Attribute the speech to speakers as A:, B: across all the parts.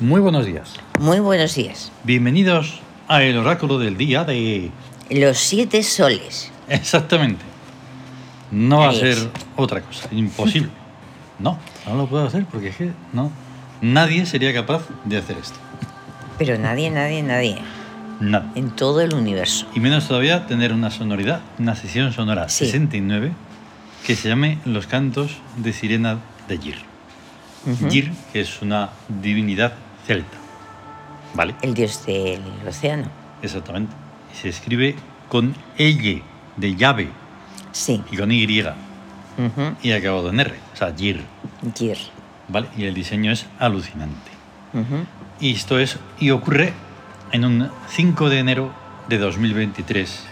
A: Muy buenos días.
B: Muy buenos días.
A: Bienvenidos a el oráculo del día de...
B: Los siete soles.
A: Exactamente. No va a
B: Ahí
A: ser
B: es.
A: otra cosa, imposible. No, no lo puedo hacer porque es que no, nadie sería capaz de hacer esto.
B: Pero nadie, nadie, nadie.
A: Nada.
B: En todo el universo.
A: Y menos todavía tener una sonoridad, una sesión sonora
B: Sí.
A: 69 que se llame Los cantos de sirena de Gir.
B: Ujú.
A: Gir, que es una divinidad celta. ¿Vale?
B: El dios del océano.
A: Exactamente. Y se escribe con L de llave
B: Sí.
A: y con Y
B: Ujú.
A: y acabado en R, o sea, Gir.
B: Gir.
A: ¿Vale? Y el diseño es alucinante.
B: Ujú.
A: Y esto es y ocurre en un 5 de enero de 2023,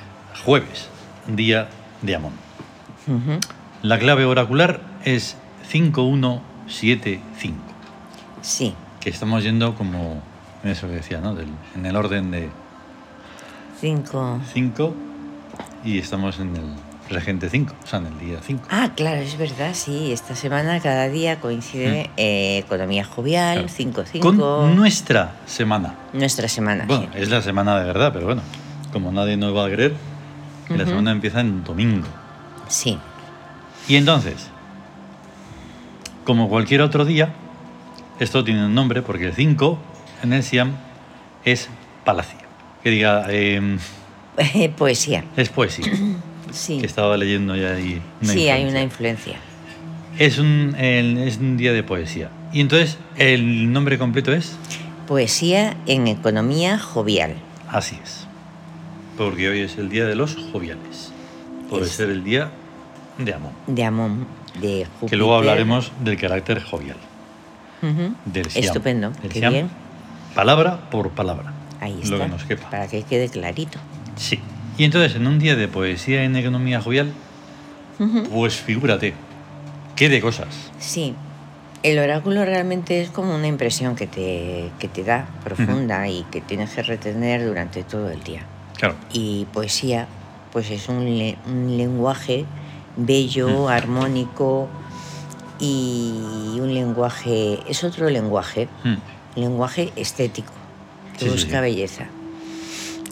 A: jueves, día de Amón.
B: Ujú.
A: La clave oracular es 5175,
B: Sí.
A: que estamos yendo como eso que decía, ¿no? Del- en el orden de
B: Cinco.
A: 5 y estamos en el regente 5, o sea, en el día 5.
B: Ah, claro, es verdad, sí. Esta semana cada día coincide eh, economía
A: Mm. Claro.
B: jovial, 5-5.
A: Con nuestra semana.
B: Nuestra semana.
A: Bueno, eh.
B: sí.
A: es la semana de verdad, pero bueno, como nadie nos va a creer, que la
B: Ujú.
A: semana empieza en domingo.
B: Sí.
A: Y entonces, como cualquier otro día, esto tiene un nombre porque el 5 en el Siam es palacio. Que diga, eh,
B: Poesía.
A: es poesía.
B: Sí.
A: que estaba leyendo ya ahí. una
B: sí, hay una
A: influencia.
B: influencia.
A: Es un, el- es un día de poesía. Y entonces, el nombre completo es
B: Poesía en economía jovial.
A: Así es. Porque hoy es el día de los joviales. Puede
B: Es.
A: ser el día de Amón.
B: De Amón, de Júpiter.
A: Que luego hablaremos del carácter jovial.
B: Ujú.
A: Del Siam.
B: Estupendo,
A: El
B: qué
A: Siam,
B: bien.
A: Palabra por palabra.
B: Ahí
A: Lo
B: está.
A: que nos quepa.
B: Para que quede clarito.
A: Sí. Y entonces, en un día de poesía en economía jovial,
B: Ujú.
A: pues figúrate, qué de cosas.
B: Sí. El oráculo realmente es como una impresión que te, que te da profunda y que tienes que retener durante todo el día.
A: Claro.
B: Y poesía, pues es un, le- un lenguaje bello,
A: Ujú.
B: armónico y un lenguaje, es otro lenguaje,
A: Mm.
B: lenguaje estético,
A: Sí,
B: que
A: sí,
B: busca
A: sí.
B: belleza.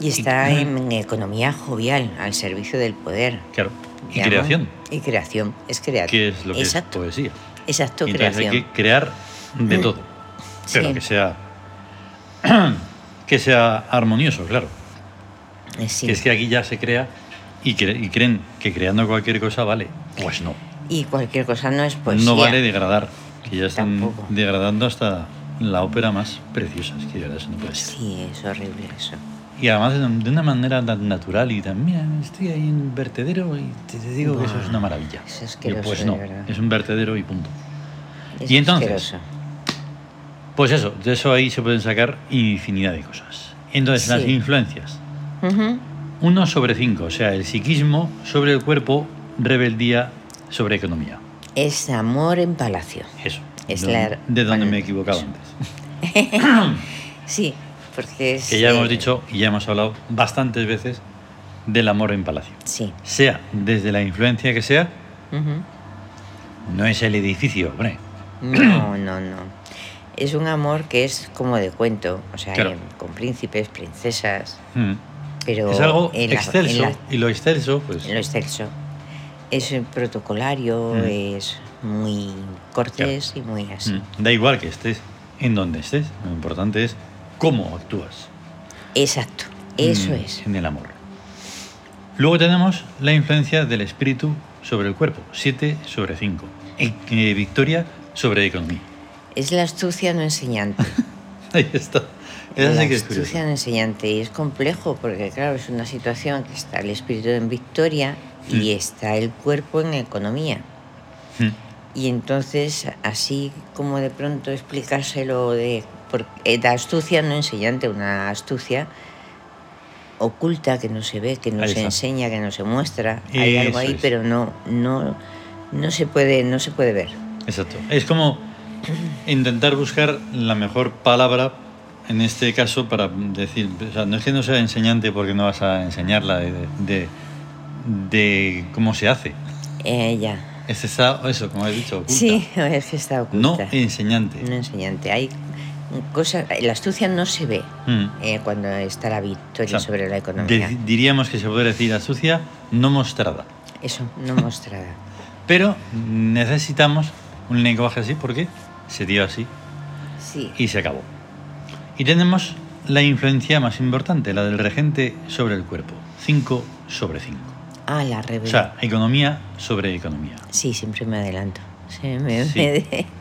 B: Y está
A: y-
B: en economía jovial, al servicio del poder.
A: Claro. Y
B: Llama-
A: creación,
B: Y creación, es creación.
A: que es lo que
B: exacto,
A: es poesía.
B: Exacto,
A: Y entonces
B: creación. Mm.
A: hay que crear de todo. Pero
B: Sí.
A: que sea. que sea armonioso, claro.
B: Eh, sí.
A: Que es que aquí ya se crea y, cre- y creen que creando cualquier cosa vale. Pues no.
B: Y cualquier cosa no es poesía.
A: no vale degradar. Que ya están
B: Pues Tampoco.
A: degradando hasta la ópera más preciosa. Es que de verdad eso no puede ser.
B: Sí, es horrible eso.
A: Y además de un- de una manera tan natural y tan, mira, estoy ahí en un vertedero y te, te digo que eso es una maravilla.
B: Es
A: Y
B: asqueroso,
A: pues
B: de
A: no,
B: verdad.
A: es un vertedero y punto.
B: Es
A: Y entonces,
B: asqueroso.
A: Pues eso, de eso ahí se pueden sacar infinidad de cosas. Entonces, las
B: Sí.
A: influencias.
B: Ujú.
A: 1 sobre 5, o sea, el psiquismo sobre el cuerpo, rebeldía sobre economía.
B: Es amor en palacio.
A: Eso.
B: Es
A: de,
B: la-
A: de donde
B: bueno,
A: me he equivocado
B: eso.
A: antes.
B: Sí, porque es.
A: Que ya hemos
B: eh,
A: dicho y ya hemos hablado bastantes veces del amor en palacio.
B: Sí.
A: Sea desde la influencia que sea,
B: Ujú.
A: no es el edificio, hombre.
B: No, no, no. Es un amor que es como de cuento, o sea,
A: Claro.
B: en- con príncipes, princesas,
A: Mm.
B: pero.
A: Es algo
B: en la-
A: excelso
B: en la-
A: y lo excelso, pues.
B: en lo excelso. Es eh, protocolario,
A: Mm.
B: es muy cortés y muy así.
A: mm, Da igual que estés en donde estés, lo importante es cómo actúas.
B: Exacto, eso
A: mm,
B: es.
A: En el amor. Luego tenemos la influencia del espíritu sobre el cuerpo, 7 sobre 5. victoria sobre economía.
B: Es la astucia no enseñante.
A: Ahí está. Esa
B: la
A: sí que es
B: astucia
A: curiosa.
B: no enseñante. Y es complejo porque, claro, es una situación que está el espíritu en victoria y
A: Mm.
B: está el cuerpo en economía.
A: Mm,
B: Y entonces, así como de pronto explicárselo de, por- eh, de astucia no enseñante, una astucia oculta que no se ve, que no
A: Ahí
B: se
A: está.
B: enseña, que no se muestra. Hay algo
A: Eso
B: ahí,
A: es.
B: pero no, no, no se puede, no se puede ver.
A: Exacto. Es como intentar buscar la mejor palabra en este caso para decir, o sea, no es que no sea enseñante porque no vas a enseñarla de, de- de cómo se hace.
B: Eh, ya.
A: Es esa- eso, como he dicho, oculta. eh.
B: Sí, es que está oculta.
A: No enseñante.
B: No enseñante. Hay Cosa, la astucia no se ve
A: Mm.
B: eh, cuando está la victoria
A: O sea,
B: Pues sobre la
A: de-
B: economía.
A: diríamos que se puede decir astucia no mostrada.
B: Eso, no mostrada.
A: Pero necesitamos un lenguaje así porque se dio así
B: Sí,
A: y se acabó. Y tenemos la influencia más importante, la del regente sobre el cuerpo. 5 sobre 5.
B: ah, la rebelión.
A: O sea, economía sobre economía.
B: Sí, siempre me adelanto. Sí, me-
A: Sí.
B: me de-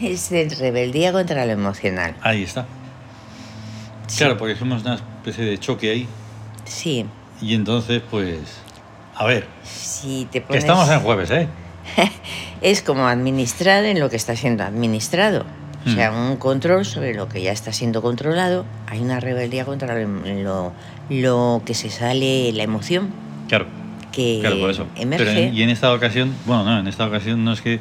B: Es de rebeldía contra lo emocional.
A: Ahí está.
B: Sí.
A: Claro, porque somos una especie de choque ahí.
B: Sí,
A: Y entonces, pues... A ver,
B: si te
A: que
B: pones...
A: estamos en jueves, ¿eh?
B: Es como administrar en lo que está siendo administrado. O
A: Hmm.
B: sea, un control sobre lo que ya está siendo controlado. Hay una rebeldía contra lo, lo- lo que se sale, la emoción
A: Claro,
B: que
A: claro, por eso.
B: eh, emerge.
A: Pero en- y en esta ocasión, bueno, no, en esta ocasión no es que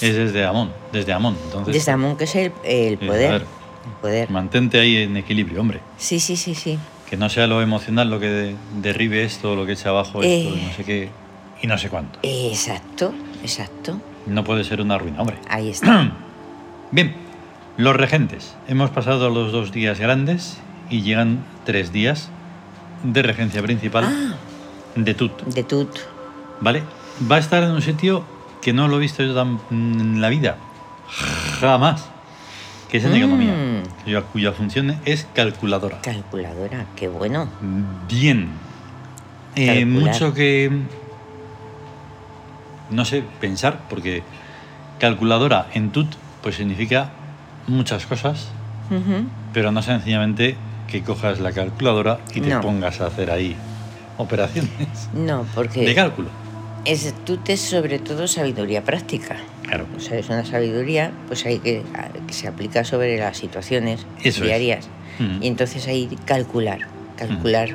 A: es desde Amón, desde Amón. Entonces,
B: Desde Amón, que es el, el
A: Sí,
B: poder.
A: claro.
B: El poder.
A: mantente ahí en equilibrio, hombre.
B: Sí, sí, sí, sí.
A: Que no sea lo emocional lo que de- derribe esto, lo que eche abajo esto,
B: Eh.
A: no sé qué, y no sé cuánto.
B: Exacto, exacto.
A: No puede ser una ruina, hombre.
B: Ahí está.
A: Bien, los regentes. Hemos pasado los dos días grandes y llegan tres días de regencia principal
B: Ah,
A: de Tut,
B: de Tut.
A: ¿vale? Va a estar en un sitio que no lo he visto yo tan- en la vida, jamás, que es en
B: Mm.
A: economía, cuya, cuya función es calculadora.
B: Calculadora, qué bueno.
A: Bien. Eh,
B: Calcular.
A: mucho que. No sé, pensar, porque calculadora en tut, pues significa muchas cosas,
B: Ujú.
A: pero no sencillamente que cojas la calculadora y te
B: No.
A: pongas a hacer ahí operaciones
B: No,
A: de
B: porque
A: cálculo.
B: es, Tut es sobre todo sabiduría práctica.
A: Claro.
B: O sea, es una sabiduría pues hay que, a- que se aplica sobre las situaciones
A: Eso es.
B: diarias.
A: Mm.
B: Y entonces ahí calcular, calcular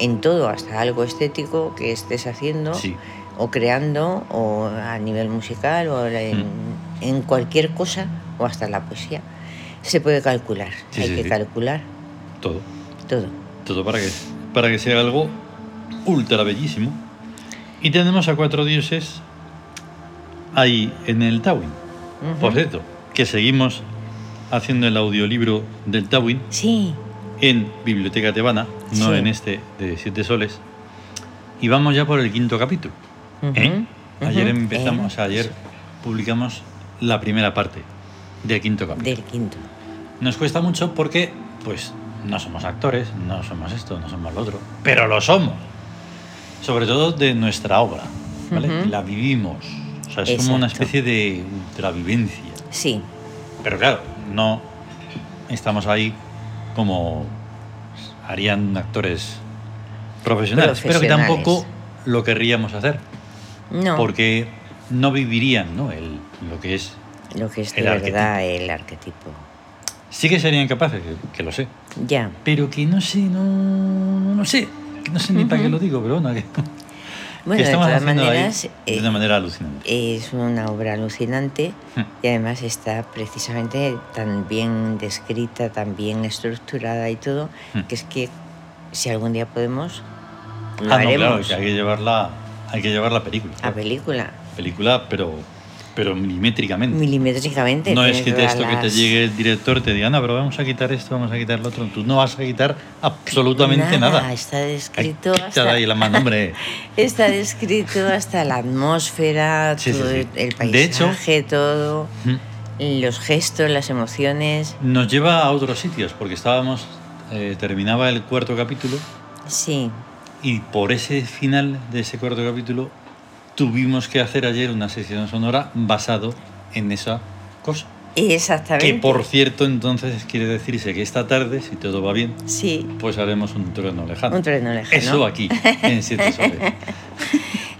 B: en todo, hasta algo estético que estés haciendo
A: Sí.
B: o creando o a nivel musical o en, en cualquier cosa o hasta la poesía. Se puede calcular,
A: Sí,
B: hay
A: sí,
B: que
A: sí.
B: calcular
A: Todo.
B: todo.
A: Todo para que, para que sea algo ultra bellísimo. Y tenemos a cuatro dioses ahí en el Tawin.
B: Ujú.
A: Por cierto, que seguimos haciendo el audiolibro del Tawin
B: Sí,
A: en Biblioteca Tebana, no
B: Sí.
A: en este de Siete Soles. Y vamos ya por el quinto capítulo. ¿eh?
B: Ujú,
A: Ayer
B: ujú,
A: empezamos,
B: eh,
A: o sea, ayer publicamos la primera parte del quinto capítulo.
B: del quinto.
A: Nos cuesta mucho porque, pues, no somos actores, no somos esto, no somos lo otro, pero lo somos. Sobre todo de nuestra obra, ¿vale?
B: Ujú.
A: La vivimos. O sea, es como una
B: Exacto.
A: especie de ultravivencia.
B: Sí,
A: Pero claro, no estamos ahí como harían actores profesionales, pero que
B: Profesionales.
A: tampoco lo querríamos hacer,
B: no,
A: porque no vivirían ¿no? El, lo que es.
B: lo que es
A: el
B: de verdad el arquetipo.
A: Sí que serían capaces, que, que lo sé,
B: Ya.
A: pero que no sé, no, no sé, que no sé ni para qué lo digo, pero bueno, que, que
B: Bueno, de
A: estamos
B: todas
A: haciendo ahí
B: maneras,
A: de
B: eh, mm,
A: una manera alucinante.
B: es una obra alucinante
A: Hmm.
B: y además está precisamente tan bien descrita, tan bien estructurada y todo,
A: Mm.
B: que es que si algún día podemos,
A: Ah,
B: lo
A: no, claro,
B: haremos
A: que hay que llevarla, hay que llevar la película,
B: a película,
A: película, pero, pero milimétricamente.
B: milimétricamente.
A: Hmm. No es
B: tiene
A: que te-
B: todas
A: esto que te
B: las-
A: llegue el director te diga, no, pero vamos a quitar esto, vamos a quitar lo otro. Tú no vas a quitar absolutamente nada.
B: Está
A: Ay,
B: descrito
A: quita
B: hasta...
A: ahí la mano, hombre.
B: Está descrito hasta la atmósfera,
A: Sí, sí,
B: todo
A: sí.
B: el
A: De hecho-
B: paisaje, todo, los gestos, las emociones.
A: Mm. Nos lleva a otros sitios, porque estábamos, eh, terminaba el cuarto capítulo
B: Sí,
A: y por ese final de ese cuarto capítulo tuvimos que hacer ayer una sesión sonora basado en esa cosa.
B: exactamente.
A: Que por cierto, entonces quiere decirse que esta tarde, si todo va bien,
B: Sí,
A: pues haremos un trueno lejano.
B: un trueno lejano.
A: Eso aquí, en Siete Soles.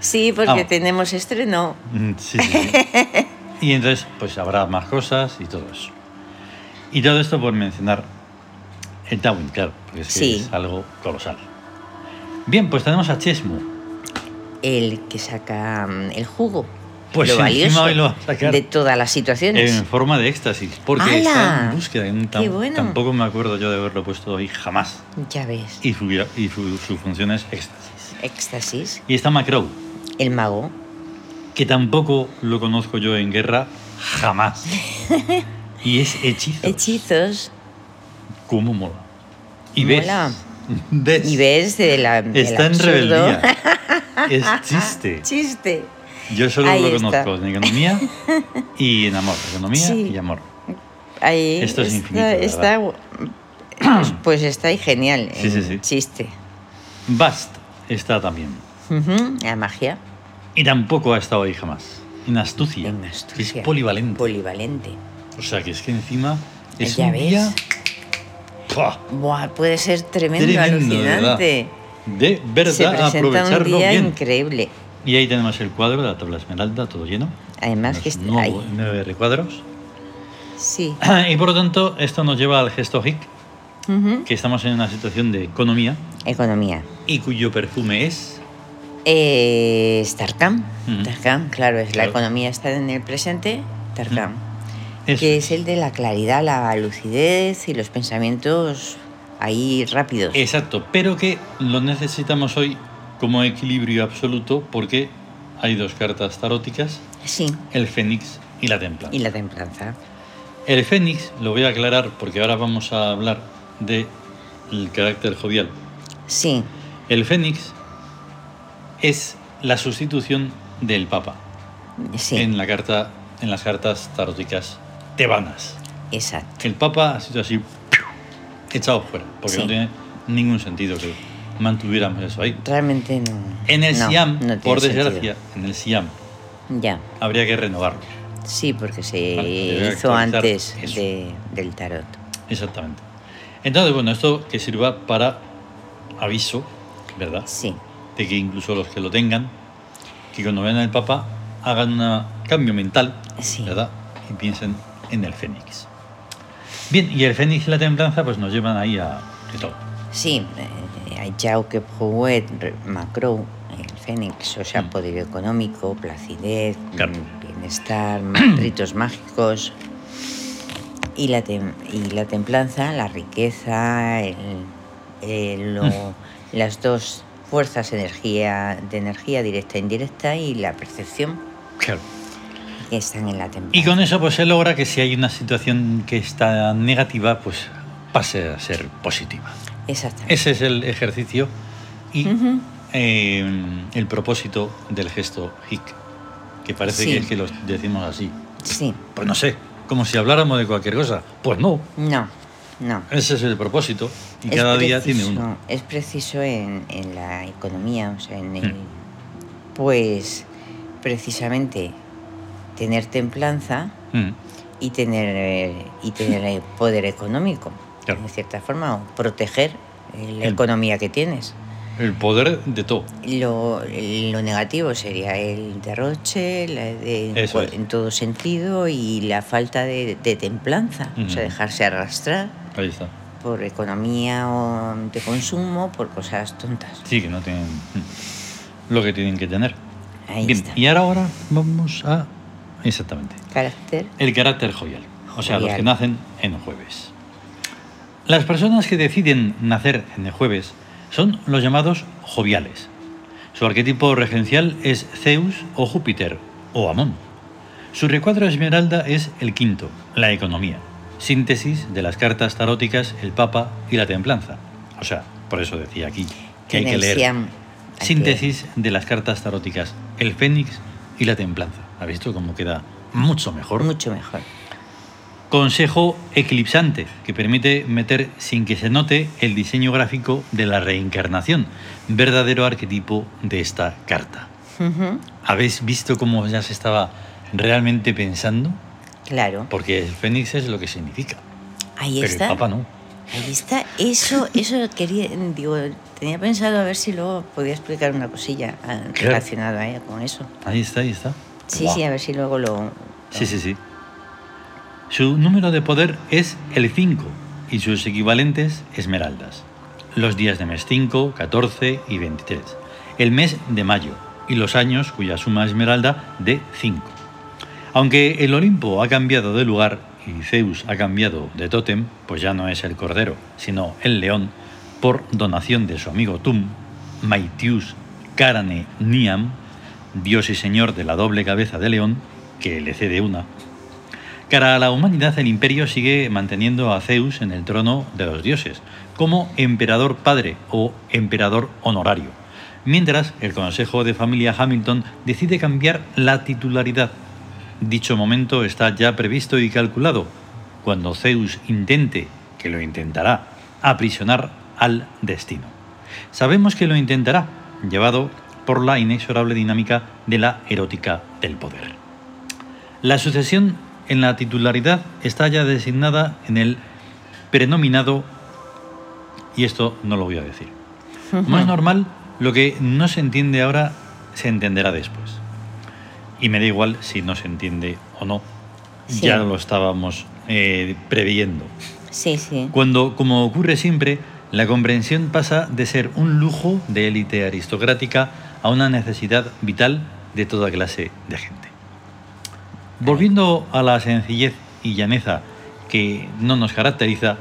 B: Sí, porque
A: Ah.
B: tenemos estreno.
A: Mm, Sí, sí, sí. y entonces, pues habrá más cosas y todo eso. Y todo esto por mencionar el Tawin, claro, porque es, que
B: Sí.
A: es algo colosal. Bien, pues tenemos a Chesmo.
B: El que saca mm, el jugo.
A: Pues
B: lo
A: encima
B: valioso
A: hoy lo va a sacar. Eh.
B: de todas las situaciones.
A: En forma de éxtasis, porque está
B: ¡Hala!
A: en búsqueda. en-
B: ¡Qué bueno!
A: Tampoco me acuerdo yo de haberlo puesto hoy jamás.
B: Ya ves.
A: Y su, y su, su función es éxtasis.
B: Éxtasis.
A: Y está Macrow,
B: El mago.
A: que tampoco lo conozco yo en guerra jamás. Y es hechizo.
B: Hechizos.
A: ¿Cómo mola? Y
B: Mola.
A: ves. ves.
B: Y ves de la. del
A: Está en
B: absurdo.
A: rebeldía. este. Es chiste.
B: Chiste.
A: Yo solo
B: Ahí
A: lo
B: está.
A: conozco en economía y en amor. Economía
B: Sí.
A: y amor.
B: Ahí
A: Esto es
B: está-
A: infinito, de
B: está- pues, pues está ahí genial.
A: Sí,
B: el
A: sí, sí.
B: Chiste.
A: Bast está también.
B: Ujú, La magia.
A: Y tampoco ha estado ahí jamás. En astucia.
B: En
A: que
B: astucia.
A: Es polivalente.
B: Polivalente.
A: o sea que es que encima es
B: Ya
A: un
B: ves.
A: día, ¡pua!
B: Buah, puede ser tremendo,
A: Tremendo, de verdad.
B: alucinante.
A: de
B: Se
A: verdad
B: presenta un
A: aprovecharlo
B: día
A: bien.
B: increíble.
A: Y ahí tenemos el cuadro de la tabla esmeralda, todo lleno.
B: Además
A: Unos
B: que está
A: nueve,
B: ahí.
A: nueve recuadros.
B: Sí.
A: Y por lo tanto, esto nos lleva al gesto hic,
B: Ujú.
A: que estamos en una situación de economía
B: Economía.
A: y cuyo perfume es
B: Eh, es Tarkam.
A: Ujú.
B: Tarkam, claro, es la
A: Claro.
B: economía está en el presente. Tarkam.
A: Eso
B: Que
A: es.
B: es el de la claridad, la lucidez y los pensamientos ahí rápidos.
A: Exacto, pero que lo necesitamos hoy como equilibrio absoluto porque hay dos cartas taróticas,
B: Sí.
A: el Fénix y la Templanza.
B: Y la templanza.
A: El Fénix lo voy a aclarar porque ahora vamos a hablar de el carácter jovial.
B: Sí.
A: El Fénix es la sustitución del Papa
B: Sí.
A: en la carta en las cartas taróticas tebanas.
B: Exacto.
A: El Papa ha sido así ¡piu! echado fuera porque
B: Sí.
A: no tiene ningún sentido que mantuviéramos eso ahí.
B: Realmente no.
A: En el
B: no,
A: Siam,
B: no tiene
A: por
B: sentido.
A: desgracia, en el Siam
B: Ya.
A: habría que renovarlo.
B: Sí, porque se
A: Vale, debe
B: hizo
A: actualizar
B: antes
A: eso.
B: de- del tarot.
A: Exactamente. Entonces, bueno, esto que sirva para aviso, ¿verdad?
B: Sí.
A: De que incluso los que lo tengan, que cuando vean al Papa, hagan un cambio mental,
B: Sí.
A: ¿verdad? Y piensen en el Fénix. Bien, y el Fénix y la Templanza, pues nos llevan ahí a de todo.
B: Sí, eh, hay Yao que Prouet, Re- Macro, el Fénix, o sea,
A: Mm.
B: poder económico, placidez, mm,
A: Claro.
B: bienestar, ma- ritos mágicos. Y la, tem- y la templanza, la riqueza, el- el- lo- las dos fuerzas energía, de energía directa e indirecta y la percepción
A: Claro.
B: que están en la templanza.
A: Y con eso, pues se logra que si hay una situación que está negativa, pues pase a ser positiva.
B: Exactamente.
A: Ese es el ejercicio y
B: Ujú.
A: eh, el propósito del gesto hic, que parece
B: Sí.
A: que es que lo decimos así.
B: Sí,
A: Pues no sé, como si habláramos de cualquier cosa. Pues no,
B: no, no.
A: ese es el propósito y
B: Es
A: cada día tiene
B: preciso-
A: uno.
B: Es preciso en, en la economía, o sea, en el,
A: Mm.
B: pues precisamente tener templanza
A: Mm,
B: y tener eh, y tener eh, poder económico,
A: Claro.
B: en cierta forma, o proteger eh, la
A: El-
B: economía que tienes.
A: El poder de todo.
B: Lo, lo negativo sería el derroche la de- en
A: Eso
B: cua-
A: es.
B: en todo sentido y la falta de, de templanza, o
A: Ujú.
B: sea, dejarse arrastrar
A: Ahí está.
B: por economía o de consumo, por cosas tontas.
A: Sí, que no tienen mm, lo que tienen que tener.
B: Ahí
A: Bien,
B: está.
A: y ahora, ahora vamos a... Exactamente.
B: Carácter.
A: El carácter jovial, o sea, los
B: Jovial.
A: que nacen en jueves. Las personas que deciden nacer en el jueves son los llamados joviales. Su arquetipo regencial es Zeus o Júpiter o Amón. Su recuadro esmeralda es el quinto, la economía, síntesis de las cartas taróticas, el Papa y la templanza. O sea, por eso decía aquí que hay
B: en
A: que
B: el
A: leer.
B: Siam. Hay que-
A: Síntesis de las cartas taróticas, el Fénix y la Templanza. ¿Ha visto cómo queda mucho mejor?
B: Mucho mejor.
A: Consejo eclipsante, que permite meter sin que se note el diseño gráfico de la reencarnación, verdadero arquetipo de esta carta.
B: Ujú,
A: ¿Habéis visto cómo ya se estaba realmente pensando?
B: Claro.
A: Porque el Fénix es lo que significa,
B: Ahí
A: pero
B: está.
A: el Papa no.
B: Ahí está. Eso, eso quería, digo, tenía pensado a ver si luego podía explicar una cosilla ah,
A: Claro.
B: relacionada eh, con eso.
A: Ahí está, ahí está.
B: Sí,
A: Guau.
B: sí, a ver si luego lo. lo-
A: Sí, sí, sí. Su número de poder es el 5 y sus equivalentes esmeraldas. Los días de mes 5, 14 y 23. El mes de mayo y los años cuya suma esmeralda de 5. Aunque el Olimpo ha cambiado de lugar y Zeus ha cambiado de tótem, pues ya no es el cordero, sino el león, por donación de su amigo Tum, Maitius Carane Niam, dios y señor de la doble cabeza de león, que le cede una, Cara a la humanidad, el imperio sigue manteniendo a Zeus en el trono de los dioses, como emperador padre o emperador honorario. Mientras, el Consejo de Familia Hamilton decide cambiar la titularidad. Dicho momento está ya previsto y calculado. Cuando Zeus intente, que lo intentará, aprisionar al destino. Sabemos que lo intentará, llevado por la inexorable dinámica de la erótica del poder. La sucesión en la titularidad está ya designada en el prenominado, y esto no lo voy a decir. Como es normal, lo que no se entiende ahora se entenderá después. Y me da igual si no se entiende o no.
B: Sí.
A: Ya lo estábamos eh, previendo.
B: Sí, sí.
A: Cuando, como ocurre siempre, la comprensión pasa de ser un lujo de élite aristocrática a una necesidad vital de toda clase de gente. Volviendo a la sencillez y llaneza que no nos caracteriza,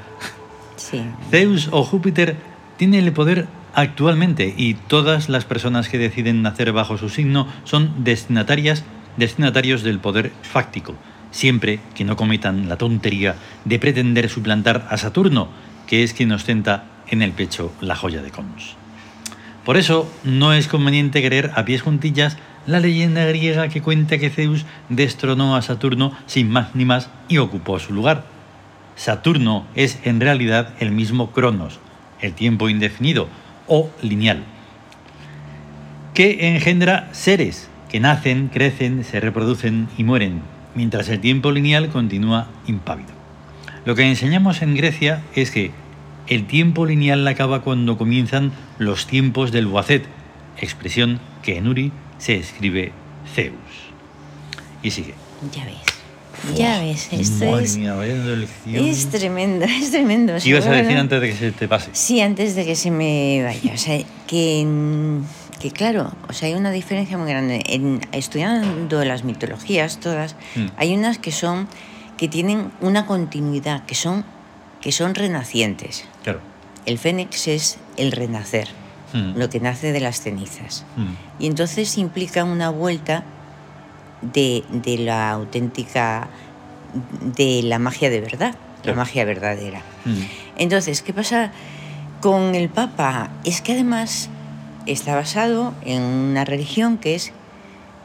B: Sí.
A: Zeus o Júpiter tiene el poder actualmente y todas las personas que deciden nacer bajo su signo son destinatarias, destinatarios del poder fáctico, siempre que no cometan la tontería de pretender suplantar a Saturno, que es quien ostenta en el pecho la joya de Cons. Por eso no es conveniente creer a pies juntillas la leyenda griega que cuenta que Zeus destronó a Saturno sin más ni más y ocupó su lugar. Saturno es en realidad el mismo Cronos, el tiempo indefinido o lineal, que engendra seres que nacen, crecen, se reproducen y mueren, mientras el tiempo lineal continúa impávido. Lo que enseñamos en Grecia es que el tiempo lineal acaba cuando comienzan los tiempos del Boacet, expresión que en Uri se escribe Zeus. Y sigue.
B: Ya ves. Ya ves, esto
A: Madre
B: es,
A: mía, vaya lección.
B: es tremendo, es tremendo. o
A: ¿Qué
B: sea,
A: ibas a
B: bueno,
A: decir antes de que se te pase?
B: Sí, antes de que se me vaya. O sea, que, mm, que claro, o sea, hay una diferencia muy grande. En, estudiando las mitologías todas,
A: Mm.
B: hay unas que son, que tienen una continuidad, que son, que son renacientes.
A: Claro.
B: El fénix es el renacer,
A: Mm.
B: lo que nace de las cenizas.
A: Mm.
B: Y entonces implica una vuelta de, de la auténtica, de la magia de verdad, la
A: Claro.
B: magia verdadera.
A: Mm.
B: Entonces, ¿qué pasa con el Papa? Es que además está basado en una religión que es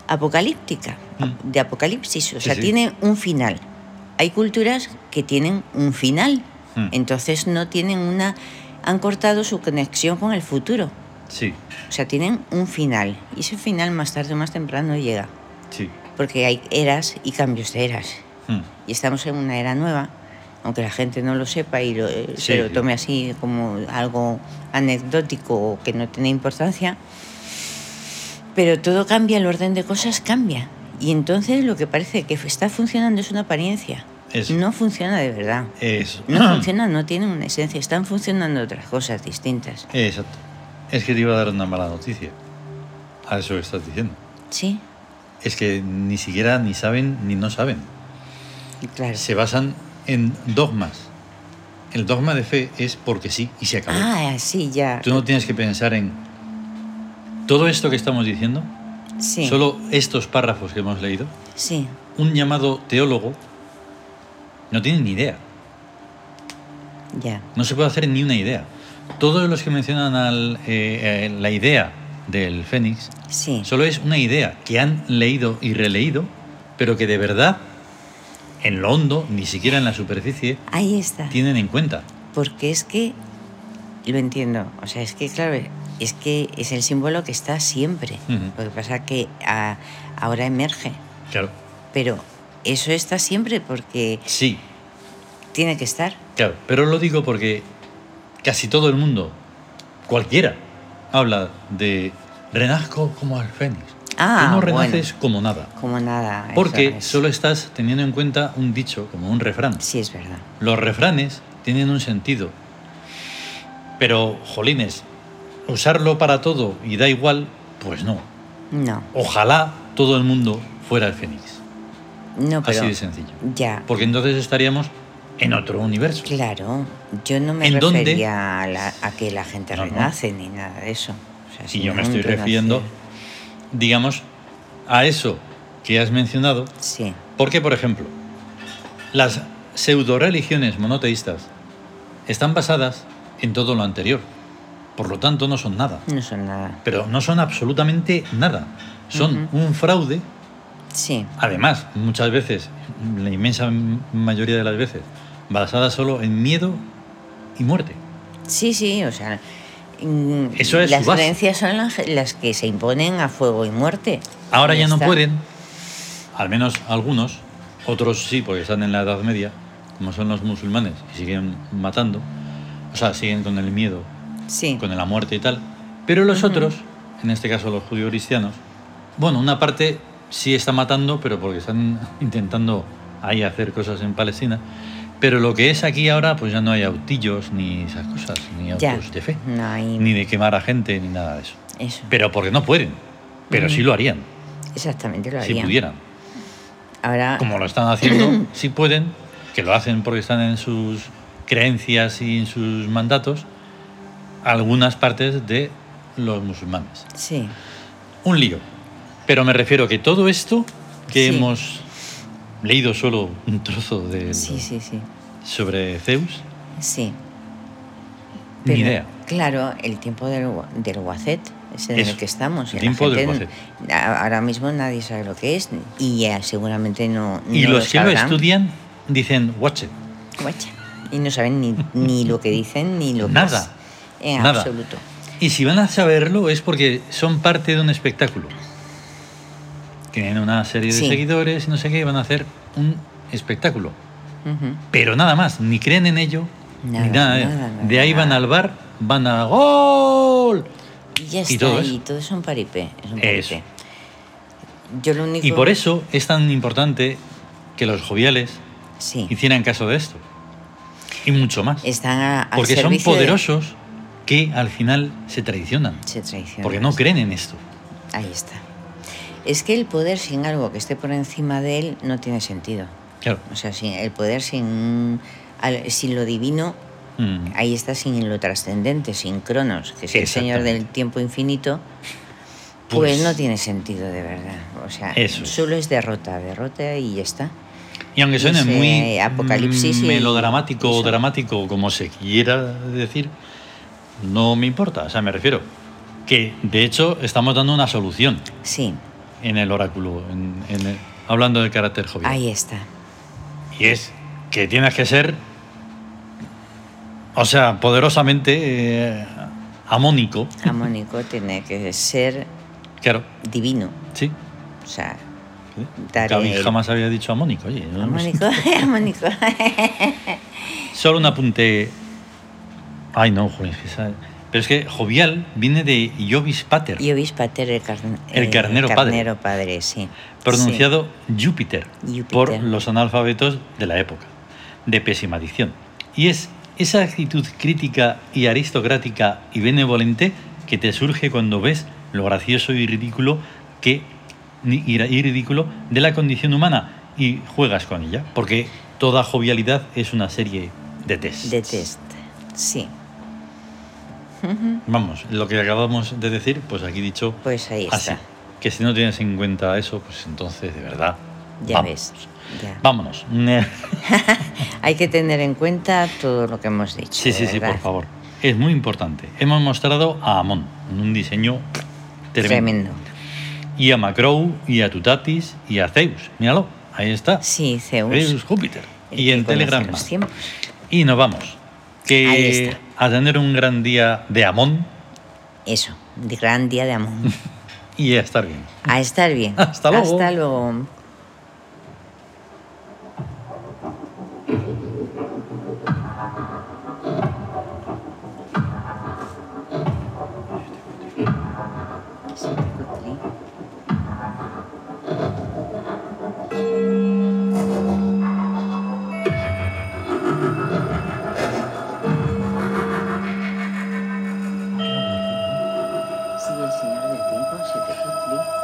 B: apocalíptica,
A: Mm.
B: de apocalipsis, o
A: Sí,
B: sea,
A: sí.
B: tiene un final. Hay culturas que tienen un final,
A: Mm.
B: entonces no tienen una... han cortado su conexión con el futuro.
A: Sí,
B: O sea, tienen un final. Y ese final más tarde o más temprano llega.
A: sí.
B: Porque hay eras y cambios de eras.
A: Mm.
B: Y estamos en una era nueva, aunque la gente no lo sepa y lo- eh,
A: Sí,
B: se lo
A: sí.
B: tome así como algo anecdótico o que no tiene importancia. Pero todo cambia, el orden de cosas cambia. Y entonces lo que parece que está funcionando es una apariencia.
A: Eso.
B: No funciona de verdad.
A: Eso. Mm.
B: No funciona, no tiene una esencia. Están funcionando otras cosas distintas.
A: Exacto. Es que te iba a dar una mala noticia. A eso que estás diciendo.
B: Sí,
A: Es que ni siquiera ni saben ni no saben.
B: claro.
A: Se basan en dogmas. El dogma de fe es porque sí y se acabó.
B: Ah, sí, ya.
A: Tú no tienes que pensar en todo esto que estamos diciendo,
B: Sí,
A: solo estos párrafos que hemos leído.
B: sí,
A: Un llamado teólogo no tiene ni idea.
B: ya.
A: No se puede hacer ni una idea. Todos los que mencionan al, eh, eh, la idea del Fénix
B: Sí,
A: solo es una idea que han leído y releído, pero que de verdad, en lo hondo, ni siquiera en la superficie,
B: ahí está.
A: tienen en cuenta.
B: Porque es que lo entiendo. O sea, es que, claro, es que es el símbolo que está siempre.
A: Ujú.
B: Lo que pasa que ah, ahora emerge.
A: Claro.
B: Pero eso está siempre porque
A: Sí,
B: tiene que estar.
A: claro. Pero lo digo porque casi todo el mundo, cualquiera, habla de renazco como el Fénix.
B: Ah,
A: Tú no
B: bueno.
A: renaces como nada.
B: Como nada. eso
A: Porque
B: es.
A: solo estás teniendo en cuenta un dicho, como un refrán.
B: Sí, es verdad.
A: Los refranes tienen un sentido. Pero, jolines, usarlo para todo y da igual, pues no.
B: No,
A: Ojalá todo el mundo fuera el Fénix.
B: no, pero.
A: Así de sencillo.
B: Ya.
A: Porque entonces estaríamos en otro universo.
B: Claro, yo no me
A: ¿En dónde?
B: refería a, la- a que la gente
A: No, no.
B: renace ni nada de eso. O sea,
A: Y yo
B: sino
A: me
B: un
A: estoy
B: renacer.
A: refiriendo, digamos, a eso que has mencionado.
B: Sí,
A: Porque, por ejemplo, las pseudo-religiones monoteístas están basadas en todo lo anterior. Por lo tanto, no son nada.
B: No son nada.
A: Pero no son absolutamente nada. Son un fraude
B: Sí,
A: Además, muchas veces, la inmensa mayoría de las veces, basada solo en miedo y muerte.
B: sí, sí, o sea. mm,
A: Eso es
B: las
A: su base.
B: creencias son las, las que se imponen a fuego y muerte.
A: Ahora
B: Y
A: ya no
B: está.
A: pueden, al menos algunos, otros sí, porque están en la Edad Media, como son los musulmanes, y siguen matando, o sea, siguen con el miedo,
B: Sí.
A: con la muerte y tal. Pero los otros, en este caso los judíos cristianos, bueno, una parte sí está matando, pero porque están intentando ahí hacer cosas en Palestina. Pero lo que es aquí ahora, pues ya no hay autillos ni esas cosas, ni autos
B: Ya.
A: de fe,
B: No hay.
A: ni de quemar a gente, ni nada de eso.
B: Eso.
A: Pero porque no pueden, pero sí lo harían,
B: Exactamente lo
A: si
B: harían.
A: pudieran.
B: Ahora.
A: Como lo están haciendo, si pueden, que lo hacen porque están en sus creencias y en sus mandatos, algunas partes de los musulmanes.
B: Sí.
A: un lío. Pero me refiero que todo esto que
B: Sí.
A: hemos leído solo un trozo de
B: Sí, sí, sí.
A: sobre Zeus,
B: Sí.
A: ni
B: Pero,
A: idea.
B: Claro, el tiempo del, gua- del Guacet es en
A: Eso,
B: el que estamos.
A: el
B: que la
A: tiempo del
B: gente n- a- Ahora mismo nadie sabe lo que es y eh, seguramente no.
A: Y
B: no
A: los que lo
B: sabrán.
A: estudian dicen, watch it.
B: Guacha. Y no saben ni, ni lo que dicen ni lo que
A: Nada,
B: es. En
A: nada.
B: absoluto.
A: Y si van a saberlo es porque son parte de un espectáculo. Tienen una serie de
B: Sí.
A: seguidores y no sé qué, y van a hacer un espectáculo.
B: Ujú.
A: Pero nada más, ni creen en ello,
B: Nada,
A: ni nada. de-
B: nada, nada,
A: de ahí van
B: nada.
A: al bar, van a gol.
B: Y ya está.
A: Y
B: Y
A: todo
B: todo,
A: eso.
B: es un paripé. Es un
A: Eso.
B: paripé. Yo lo único.
A: Y por eso es tan importante que los joviales
B: Sí.
A: hicieran caso de esto. Y mucho más.
B: Están a, al
A: Porque son
B: servicio de-
A: poderosos que al final se traicionan.
B: Se traicionan.
A: Porque no creen en esto.
B: Ahí está. Es que el poder sin algo que esté por encima de él no tiene sentido.
A: Claro.
B: O sea, sin el poder sin, un- al- sin lo divino,
A: Mm.
B: ahí está sin lo trascendente, sin Cronos, que es el señor
A: Exactamente.
B: del tiempo infinito, pues, no tiene sentido de verdad. O sea,
A: Eso es.
B: solo es derrota, derrota y ya está.
A: Y aunque suene
B: ese
A: muy mm,
B: apocalipsis y-
A: melodramático o
B: eso.
A: dramático, como se quiera decir, no me importa. O sea, me refiero que, de hecho, estamos dando una solución
B: Sí,
A: en el oráculo, en- en el- hablando del carácter jovial.
B: ahí está.
A: Y es que tienes que ser, o sea, poderosamente eh, amónico.
B: Amónico tiene que ser
A: Claro,
B: divino.
A: sí.
B: O sea,
A: sí.
B: Daré-
A: Gaby jamás había dicho amónico. Oye, no-
B: amónico, amónico.
A: Solo un apunte. Ay, no, joder, es que esa- Pero es que jovial viene de Jovis Pater,
B: Y obis pater el, carn-
A: El carnero padre.
B: carnero padre, sí.
A: pronunciado Júpiter,
B: Júpiter.
A: por los analfabetos de la época, de pésima dicción. Y es esa actitud crítica y aristocrática y benevolente que te surge cuando ves lo gracioso y ridículo que ni- y ra- y ridículo de la condición humana y juegas con ella, porque toda jovialidad es una serie de test.
B: Sí, de test. Sí. Ujú,
A: Vamos, lo que acabamos de decir, pues aquí dicho
B: Pues ahí
A: así.
B: está.
A: Que si no tienes en cuenta eso, pues entonces de verdad.
B: Ya
A: vamos.
B: ves. ya.
A: Vámonos.
B: Hay que tener en cuenta todo lo que hemos dicho.
A: Sí, sí, sí,
B: ¿verdad?
A: por favor. Es muy importante. Hemos mostrado a Amon en un diseño tremendo.
B: Tremendo.
A: Y a Macrou, y a Tutatis, y a Zeus. Míralo, ahí está.
B: Sí, Zeus.
A: Zeus Júpiter.
B: el
A: Y
B: que
A: en
B: conoce
A: Telegram.
B: los
A: más.
B: tiempos.
A: Y nos vamos.
B: Ahí
A: Que
B: está.
A: a tener un gran día de Amon
B: Eso, de gran día de amor.
A: y a estar bien.
B: A estar bien.
A: Hasta luego.
B: Hasta luego. Sí, el señor del tiempo se te cumplió.